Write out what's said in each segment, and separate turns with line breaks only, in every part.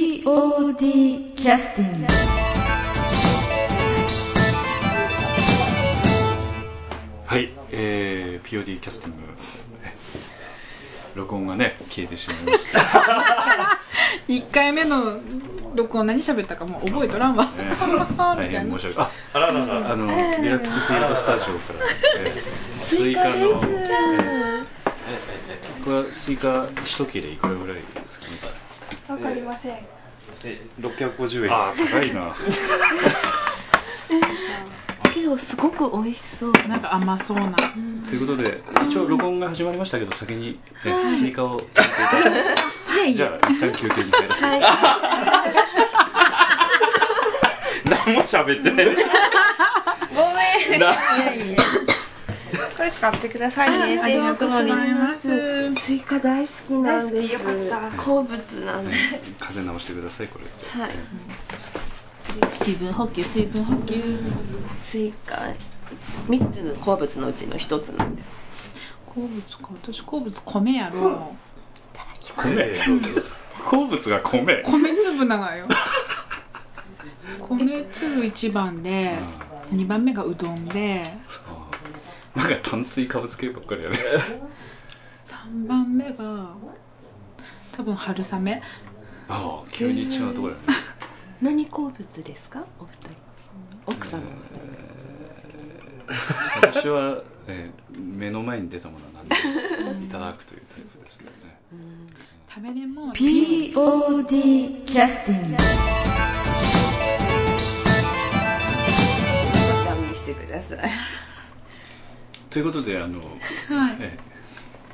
POD キャスティング
はい、えー、POD キャスティング 録音がね消えてしまいました
1回目の録音何喋ったかもう覚えとらんわみ
ね
た
大
い
変
な
申し訳あああのリラックスフィールドスタジオから、え ー、スイカのえーこれはスイカ一切れいくらぐらいですかね
わかりません。
六百五十円。
ああ高い な
けどすごく美味しそう
なんか甘そうな
ということで一応録音が始まりましたけど先に、ねスイカを食べていただいて
はい
じゃあ一旦休憩に入らせて、
はい
何も喋ってない。
ごめん。
な
これ使ってくださいね。
ありがとうござい
あり
ま
ますすは
スイカ大好き
大
なん
好
で
き
す
よかった。
好物なんで
ね
す、
風邪直してくださいこれで
はい
水分補給水分補給
スイカ3つの好物のうちの1つなんです
好物か私好物米やろ
米好物が米
米粒長 いよ米粒一番で二番目がうどんで
なんか炭水化物系ばっかりやね
三番目が多分春雨
ああ急に違うところやね
何好物ですかお二人奥様
私は、えー目の前に出たものは何でもいただくというタイプですけどね
食べれも
POD キャスティング
おしちゃんにしてください
ということであの
はい
え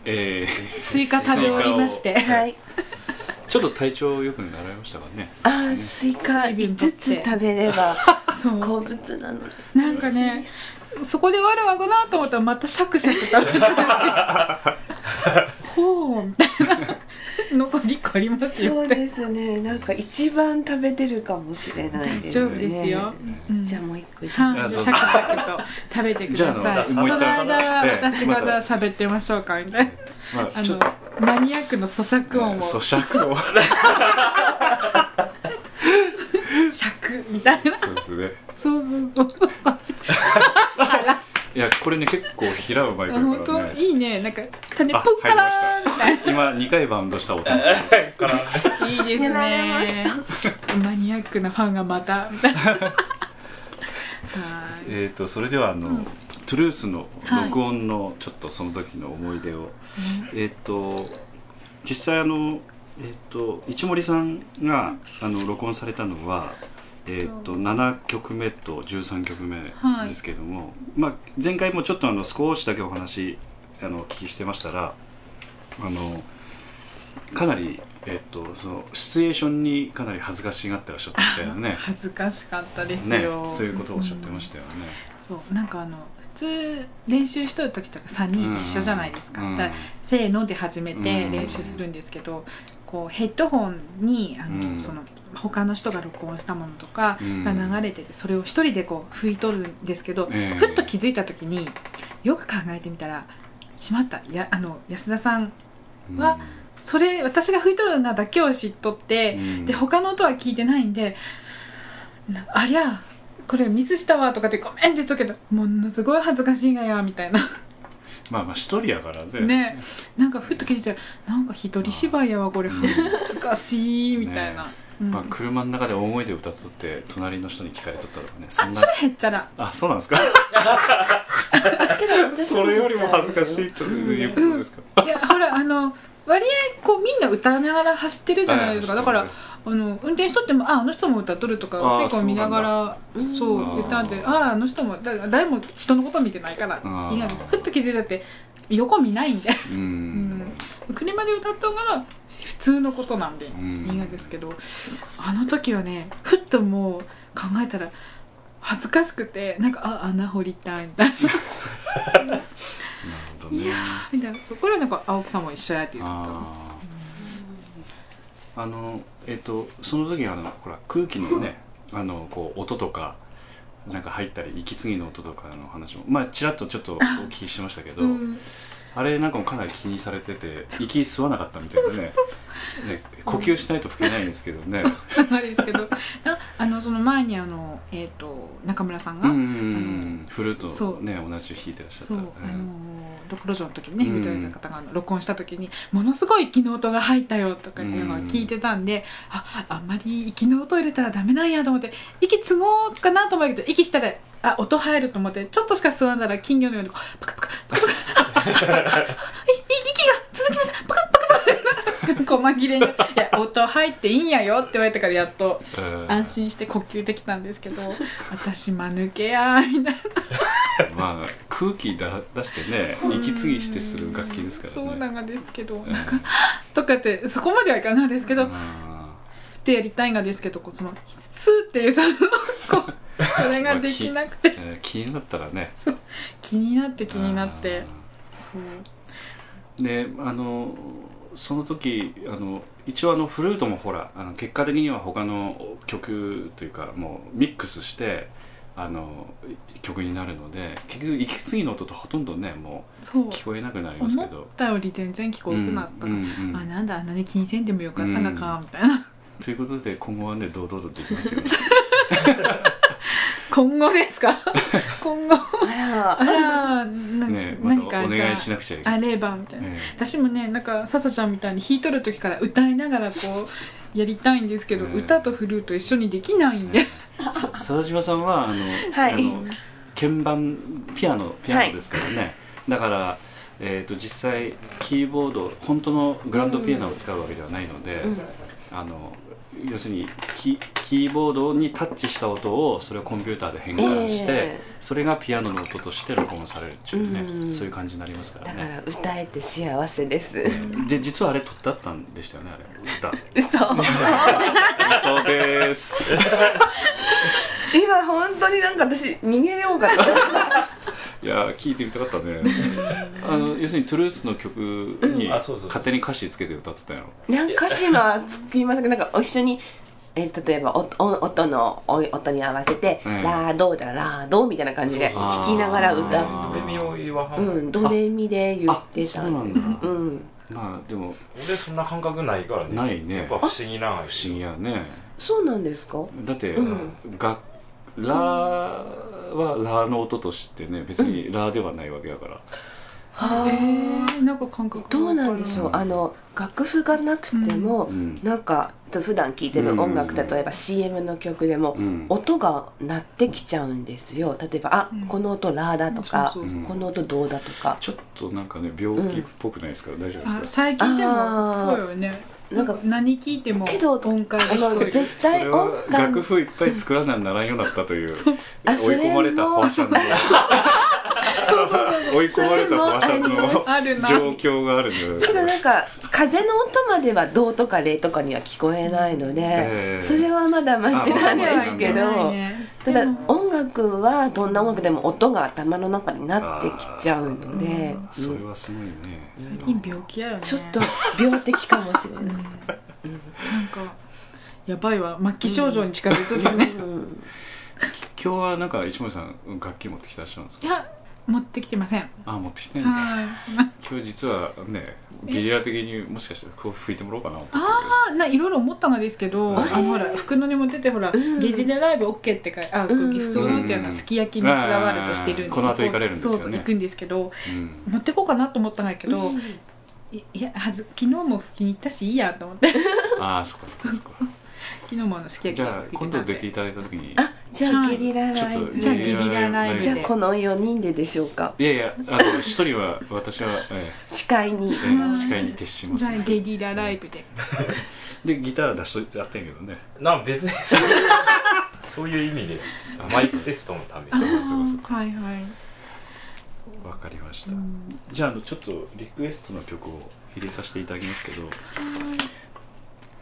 えー
スイカ食べ終わりまして
スイカを
はい
ちょっと体調よくなられましたからね
あースイカ5つ食べれ ば
そう
好物なので
なんかねそこで我はかなと思ったらまたシャクシャク食 べてるんですよほうみたいな残り1個ありますよ
そ
っ
う
て
ですねなんか一番食べてるかもしれないで
大
す
丈
ね
夫ですよ、うん
じゃあもう一個いただきます
はい、じゃあシャクシャクと食べてく
じゃ
だ
ああの
さいそ
もう一
の
回え
間
え
私がじゃあ
ま
喋ってみましょうかみたいな
まあ
あ
ちょっ
の
と
マニアックの咀嚼音を
咀
シ
嚼を
ャクみたいな
そうですね
そう そうそうそう
いやこれね結構平うまいか
あ本
ら
当
ね
いいねなんか種ポ
あ
ンから
入りました今2回バウンドした音
いいですねマニアックなファンがまたみたいなはい
えー、とそれではあの、トゥルースの録音のちょっとその時の思い出を、えっ、と実際あのえっ、と一森さんがあの録音されたのは、えー、と7曲目と13曲目
はい
ですけども、まあ、前回もちょっとあの少しだけお話あのお聞きしてましたらあのかなり、えっとそのシチュエーションにかなり恥ずかしがってらっしゃったみたいな ね
恥ずかしかったです
ね
よ、
そういうことをおっしゃってましたよね。
そうなんかあの普通練習しとる時とか3人一緒じゃないですか、
うん
だからせーので始めて
うん
練習するんですけど、こうヘッドホンにあの、
うん
その他の人が録音したものとか
うん
が流れててそれを一人でこう拭い取るんですけど、
ええ
ふっと気づいた時によく考えてみたら「しまったいやあの安田さんはそれ私が拭いとるなだけを知っとっ
う
て、
ん
で他の音は聞いてないんでなありゃこれミスしたわとかでごめんって言っとくけどものすごい恥ずかしいがやみたいな
まあまあ一人やからね
ねなんかふっと聞いてなんか一人芝居やわこれ
うん
恥ずかしいみたいな、
ね
うん
まあ、
あ
車の中で大声で歌っとって隣の人に聞かれとったとかねそん
そ
な
れへっちゃら
あそうなんですか それよりも恥ずかしいということですか、
いやほらあの割合こうみんな歌いながら走ってるじゃないですかだからあの運転しとってもああの人も歌っとるとか
あー
結構見ながらそう
なんだ
歌って
うん
あああの人もだ誰も人のこと見てないから
あー
意外とふっと気づいたって横見ないんで、
うん、
うん、車で歌っとうから普通のことなんで、
ん
いいんですけどあの時はねふっともう考えたら恥ずかしくてなんかあ穴掘りたいみたいな
なるほど
い
ね
やー みたいなそこらなんか青木さんも一緒やって言ってた
あーあのえっ、とその時あのほら空気の ねあのこう音とかなんか入ったり息継ぎの音とかの話もまあちらっとちょっとお聞きしましたけど、
うん
あれなんかもかなり気にされてて息吸わなかったみたいなねね、呼吸しないと吹けないんですけどね。
なんですけどなあのその前にあの、えー、と中村さん
う
が、
んうんうん、フルート
そ
を
う
ね同じ弾いてらっしゃ
そ
っ
う、
た。
あ
う
の
ん
ドクロ城の時にね
うん
見とれた方があの録音した時にものすごい息の音が入ったよとかっていうのを聞いてたんで、ああんまり息の音入れたらダメなんやと思って息継ごうかなと思うけど息したらあ音入ると思ってちょっとしか吸わんだら金魚のようにこうパカパカパカパカあああああいい息が続きましたパカパカパカこう紛れに「いや音入っていいんやよ」って言われたからやっと安心して呼吸できたんですけど私間抜けやーみたいな。
まあ空気だ出してね息継ぎしてする楽器ですからね。
そうなんんがですけど、なんかとかってそこまではいかないですけど、ふってやりたいがですけどこうその「スー」っていうそのこ うそれができなくて
えー気になったらね。
気になって気になってそう
うん。であのその時あの一応あのフルートもほらあの結果的には他の曲というかもうミックスして。あの曲になるので結局息継ぎの音とほとんどねも
そう
う聞こえなくなります
思
け
っ
ど
たより全然聞こえなくなった
うん
な、
うんうん
あなんだあんなに気にせんでもよかったのかみたいな、
ということで今後はね堂々とでき ますよ
今後で すか今後
あ
あらなん
ねま
何
た
か
お
じゃ
願いしなくちゃいけ
あ
な
あ
い、
ればみたいな、
え
私もねなんか笹ちゃんみたいに弾いとる時から歌いながらこうやりたいんですけど、
ね
歌とフルート一緒にできないんで、
えさ佐島さんはあの、
はい
あの鍵盤ピアノピアノですからね、だから、えー、と実際キーボード本当のグランドピアノを使うわけではないので、あの要するにキキーボードにタッチした音をそれをコンピューターで変換して、
ええ
それがピアノの音として録音されるっていうね、
うん
そういう感じになりますから
だか
ね
ら歌えて幸せです。
で実はあれ取ってあったんでしたよねあれ 歌
嘘。
そうです
今本当になんか私逃げようか と思って
いやー聞いてみたかったねあの要するにトゥルースの曲に
んあそうそう
勝手に歌詞つけて歌ってたんやろ
なんか歌詞は作りませんけどなんか一緒に、えー例えばおお音のお音に合わせて「
うん
ラード」だらラードみたいな感じで
そう
そう
弾きながら
あ
歌
ドレミを言わは、
う、うんんドレミで言
あ
ってた
そうなんだ、
うん
まあでも
俺そんな感覚ないからね
ないね
やっぱ不思議な
不思議やね
そうなんですか
だって、
うん
がラはラの音としてね別にラではないわけだから、
はあ
えーなんか感覚
どうなんでしょうあの楽譜がなくても、
うん
なんか普段聴いてる音楽、
うん
例えば CM の曲でも、
うん
音が鳴ってきちゃうんですよ例えばあ、
うん
この音ラーだとか、
そう
そうそう
この音どうだとか
ちょっとなんかね病気っぽくないですから、大丈夫
あ
ですか
最近でも
あ
そ
ー
うよね
なんか
何聞いても
けど
音階が
あ
聞
の
こえる
絶
そ
対
れ
音
は
感
楽譜いっぱい作らなならんようになったという
あそ
追い
れも
込まれたフォアさんの 追い込まれたフォアさんの
あります
状況があるの
けど
で
なんか風の音までは「どう」とか「れ」とかには聞こえないので、
ええ
それはまだマシなんですけ
あ
ない
ど、
ね
た
で
だ
も
音楽はどんな音楽でも音が頭の中になってきちゃうので、
そうれ
ん
はすごいね
最近病気やよね
ちょっと病的かもしれない。
なんかやばいわ末期症状に近づいてるよね、
うん
今日はなんか石森さん楽器持ってきたらっしゃるんです
い
か
や持ってきてません
あ持ってきてんね
はい
今日実はねゲリラ的にもしかしたらこう吹いてもらおうかなと思って
ああないろいろ思ったんですけど
あ
あ
れ
のほら服の根も出てほら、
ん
ゲリラライブ OK ってかあ
うん
岐阜のってあ
う
の
ん
すき焼き三つ葉ワルとしてるんで
この後行かれるんですよね
そうそう行くんですけど
たけどうん
持ってこうかなと思ったんだけど、いいやはず昨日も拭きに行ったしいいやと思って
ああそっかそっかそっか
昨日もあのすき焼
じ
き
ゃあ
拭い
今
てた
度
ん
出て
で
いただいた時に
あじゃあゲリラ
ちょ
ライ
っと
ブ
じゃあゲリラライブ
じゃあ
で
この4人ででしょうか
いやいやあの一人は私はえ
司会に
えええ司会に徹しま
じ
す
ゃあゲリラライブで
でギター出しとやってんけどね
なん別にそう そういう意味でマイクテストのため
あ
に
あはいはい
わかりました、じゃああのちょっとリクエストの曲を入れさせていただきますけど、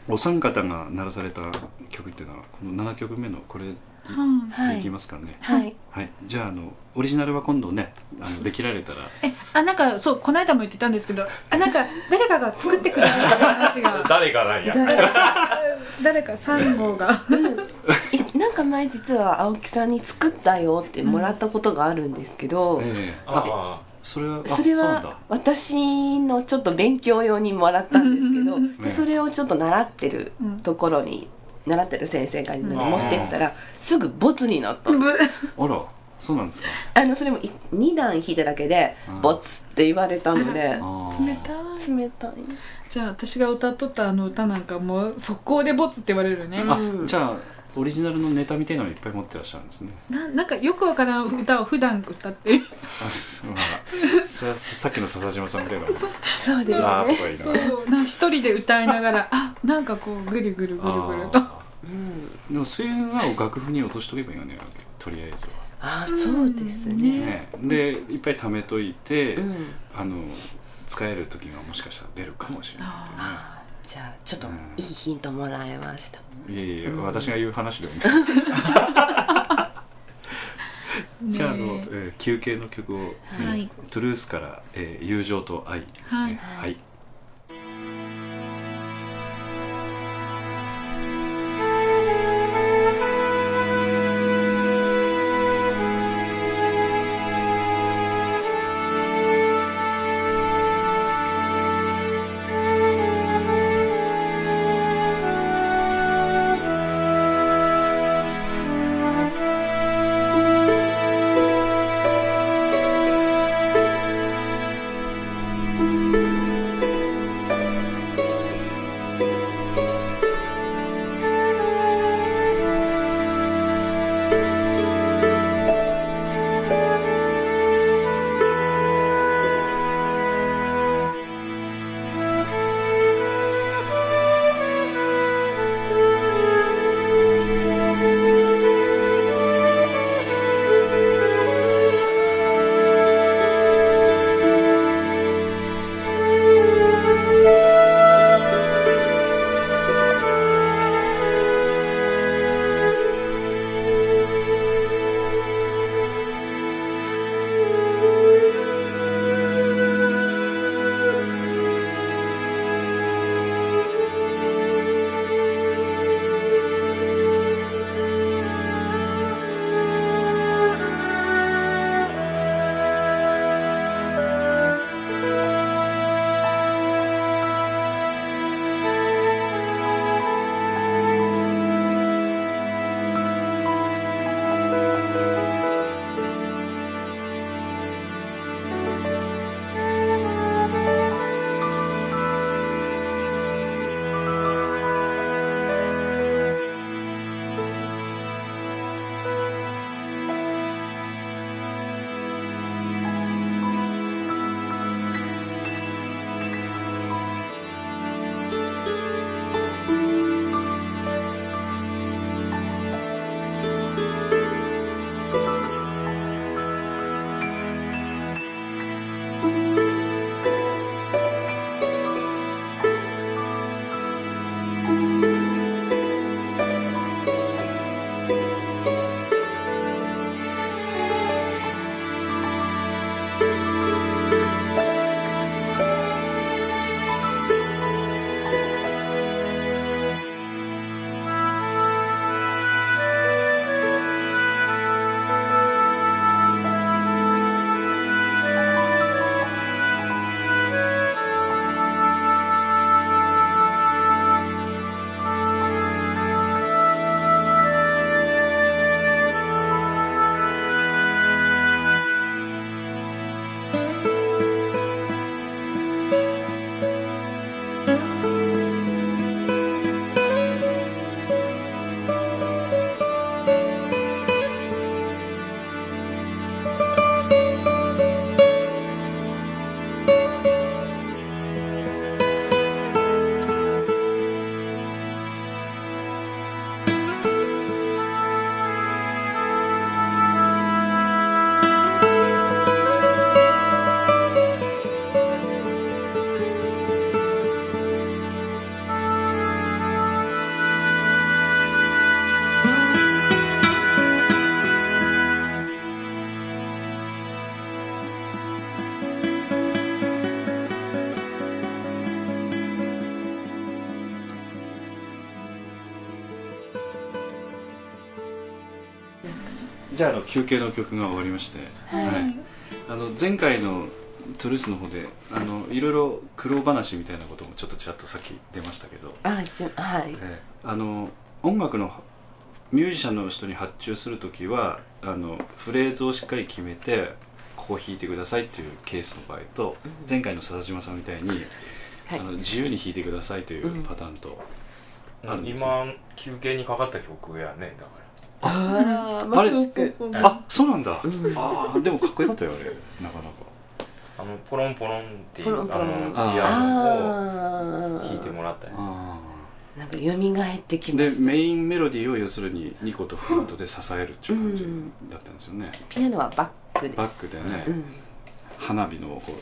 お三方が鳴らされた曲っていうのはこの7曲目のこれで
はい
はい
いきますかね
はい
はい、じゃああのオリジナルは今度ねあのできられたら
えあなんかそうこの間も言ってたんですけどあなんか誰かが作ってくれるって話が
誰がなんや
誰か誰か3号が
いなんか前実は青木さんに作ったよってもらったことがあるんですけど、
ええあ
あ
それはあ
それ
うなん
は
だ
私のちょっと勉強用にもらったんですけど、
うんうん
うん
でそれをちょっと習ってるところに、習ってる先生が持ってったら、すぐボツになったの
あらそうなんですか
あのそれも2段引いただけで
うん
「ボツ」って言われたので
あー
冷たい
冷たい
じゃあ私が歌っとったあの歌なんかもう速攻でボツって言われるよね
あ
うん
じゃあオリジナルのネタみたいなのいっぱい持ってらっしゃるんですね
ななんかよくわからん歌を普段歌ってる
あそうなんだささっきの笹島さんみたいなもんです
そうです
あー
ね、
とか言いな
そ
が
う
ら
なんか一人で歌いながらあなんかこうぐるぐるぐるぐると
あ
うん、
ーでもそういうのは楽譜に落としとけばいいよねとりあえずは
ああそうですね
ねでいっぱい貯めといて、
うん
あの使える時がもしかしたら出るかもしれな
あーじゃあちょっといいヒントもらいました
いってねいやいや私が言う話でもな いですじゃああの、
ねえ
えー休憩の曲を、えー
はい
トゥルースから、えー友情と愛」ですねは
はい
いじゃああの休憩の曲が終わりまして、はいあの前回のトゥルースの方であのいろいろ苦労話みたいなこともちょっとちらっとさっき出ましたけど、
あ一応はい
ええあの音楽のミュージシャンの人に発注する時はあのフレーズをしっかり決めてここ弾いてくださいというケースの場合と前回の佐田島さんみたいに、
はい
あの自由に弾いてくださいというパターンと、あるんです
今休憩にかかった曲やねだから
ああ
あ
マ
れ
スク
そう
あそうなんだ、ああでもかっこよかったよあれなかなか
あのポロンポロンってい
ポ
う
ロンポロン
あのピアノを
あ
弾いてもらったり
あ
あなんか蘇ってき
ー
ま
で
した
メインメロディーを要するに2個とフロントで支えるっていう感じだったんですよね、
ピアノはバックで
バックでね、
うん
花火のこう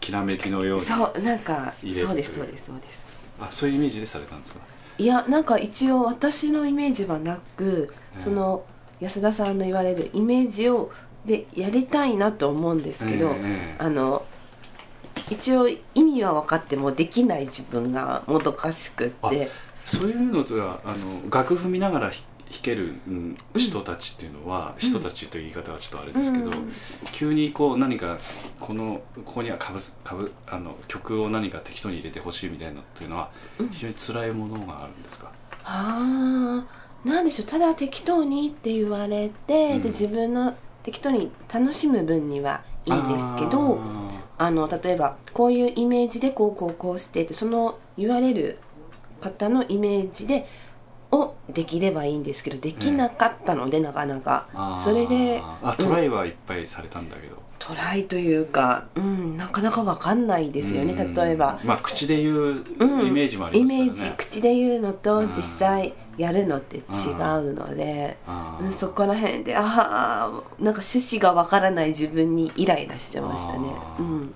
きらめきのように
そうなんか
入れる
そうで
と
す
い
そ
う
うですそうです
あそういうイメージでされたんですか
いやなんか一応私のイメージはなく、
うん
その安田さんの言われるイメージをでやりたいなと思うんですけど、
ええ
あの一応意味は分かってもできない自分がもどかしくって
そういうのとはあの楽譜見ながらひ弾ける、うん、人たちっていうのは、人たちという言い方はちょっとあれですけど、
うん
急にこう何かこのここにはかぶすかぶあの曲を何か適当に入れてほしいみたいなというのは非常に辛いものがあるんですか、
あーなんでしょうただ適当にって言われて、
うん
で自分の適当に楽しむ分にはいいんですけど
あ
あの例えばこういうイメージでこうこうこうしてってその言われる方のイメージでをできればいいんですけどできなかったので、なかなか
ーあー
それで
あトライはいっぱいされたんだけど、
トライというか、うん、なかなかわかんないですよね、
うん
例えば。
まあ口で言う
うん
イメージもあり
イ
ますから
メ
ね、
ージ口で言うのと
うん
実際やるのって違うので、
あー
うん、そこら辺でああなんか趣旨がわからない自分にイライラしてましたね
あ、
う
ー
ん、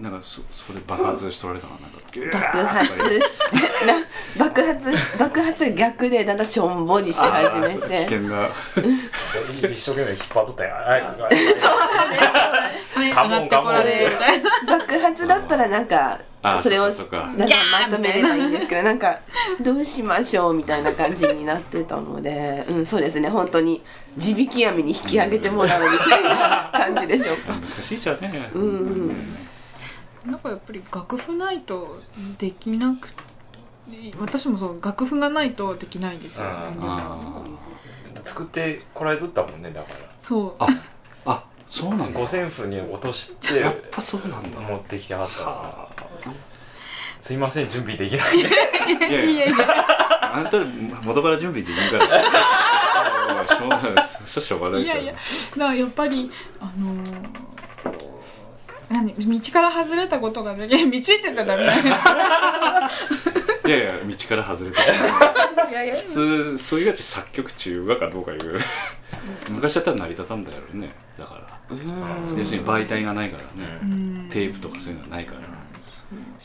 なんかそそれ爆発しとられたのなんかギュー
爆 発してな爆発爆発逆でだんだんしょんぼりし始め
危険
て
な
一生懸命引っ張っとったやんはいはい
はい上
カモン
がってこられみ
カモン
たいな
爆発だったらなんか
あー
それを
そっかそっか
なんかまとめればいいんですけどなんかどうしましょうみたいな感じになってたので、うん、そうですね本当に地引き網に引き上げてもらうみたいな感じでしょうか。
難しいじゃんね
うんうん
なんかやっぱり楽譜ないとできなくて私もそう楽譜がないとできないんですよ
あ
ねで
ー
も
あー
作ってこられとったもんねだから
そう
ああそうなんだ
五線譜に落として
やっぱそうなんだ
持ってきてはったからすいません準備できない
いやいやいやあんた元から準備できるからまあしょうがないそしょうがない
い
じゃ
や
ん
いやだからやっぱりあのー何道から外れたことができ 道って言ったらダメだよ
いやいや道から外れて
いやいや
普通そういうやつ作曲中がかどうかいう昔だったら成り立たんだよねだから要するに媒体がないからね、
うん
テープとかそういうのはないから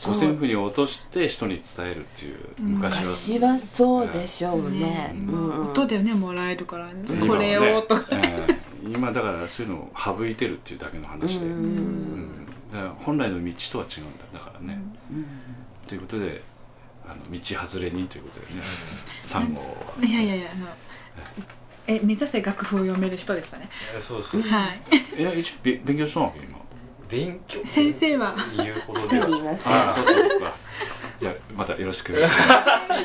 五線譜に落として人に伝えるっていう昔は
昔はそうでしょうね。
ね
うんうん
音でねもらえるからね
今はね
これをとか
ええ今だからそういうのを省いてるっていうだけの話で、
うん
うんだから本来の道とは違うんだだからね、ということであの道外れ人ということでね3号はい
やいやいやあのえ目指せ楽譜を読める人でしたね
そうそう
はい
いや一応べ勉強したわけ今
勉強
先生は
いうことで
二人います
ああそうかそうか じゃあまたよろし く一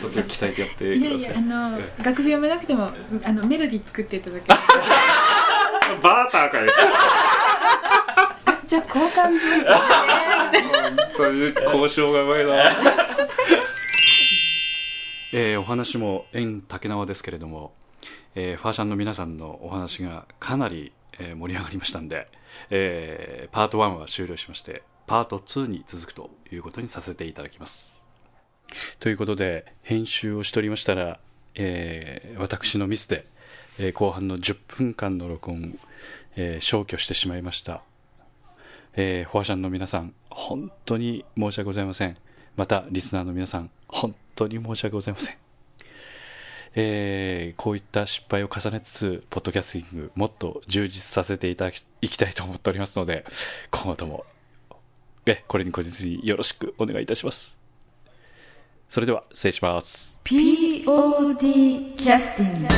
つ鍛えてやって
いや
くだ
いや
さい
あの
え
楽譜読めなくてもあのメロディー作っていただける
えバーターかよ
じゃあ交換で
そういう交渉がうまいな。 えーお話も縁竹縄ですけれども、えーファーシャンの皆さんのお話がかなり、えー盛り上がりましたんで、えーパート1は終了しましてパート2に続くということにさせていただきます。ということで編集をしておりましたら、えー私のミスで、えー後半の10分間の録音、えー消去してしまいました。えー、フォアシャンの皆さん、本当に申し訳ございません。また、リスナーの皆さん、本当に申し訳ございません。えーこういった失敗を重ねつつ、ポッドキャスティング、もっと充実させていただきいきたいと思っておりますので、今後とも、え、これにこ実によろしくお願いいたします。それでは、失礼します。
POD キャスティング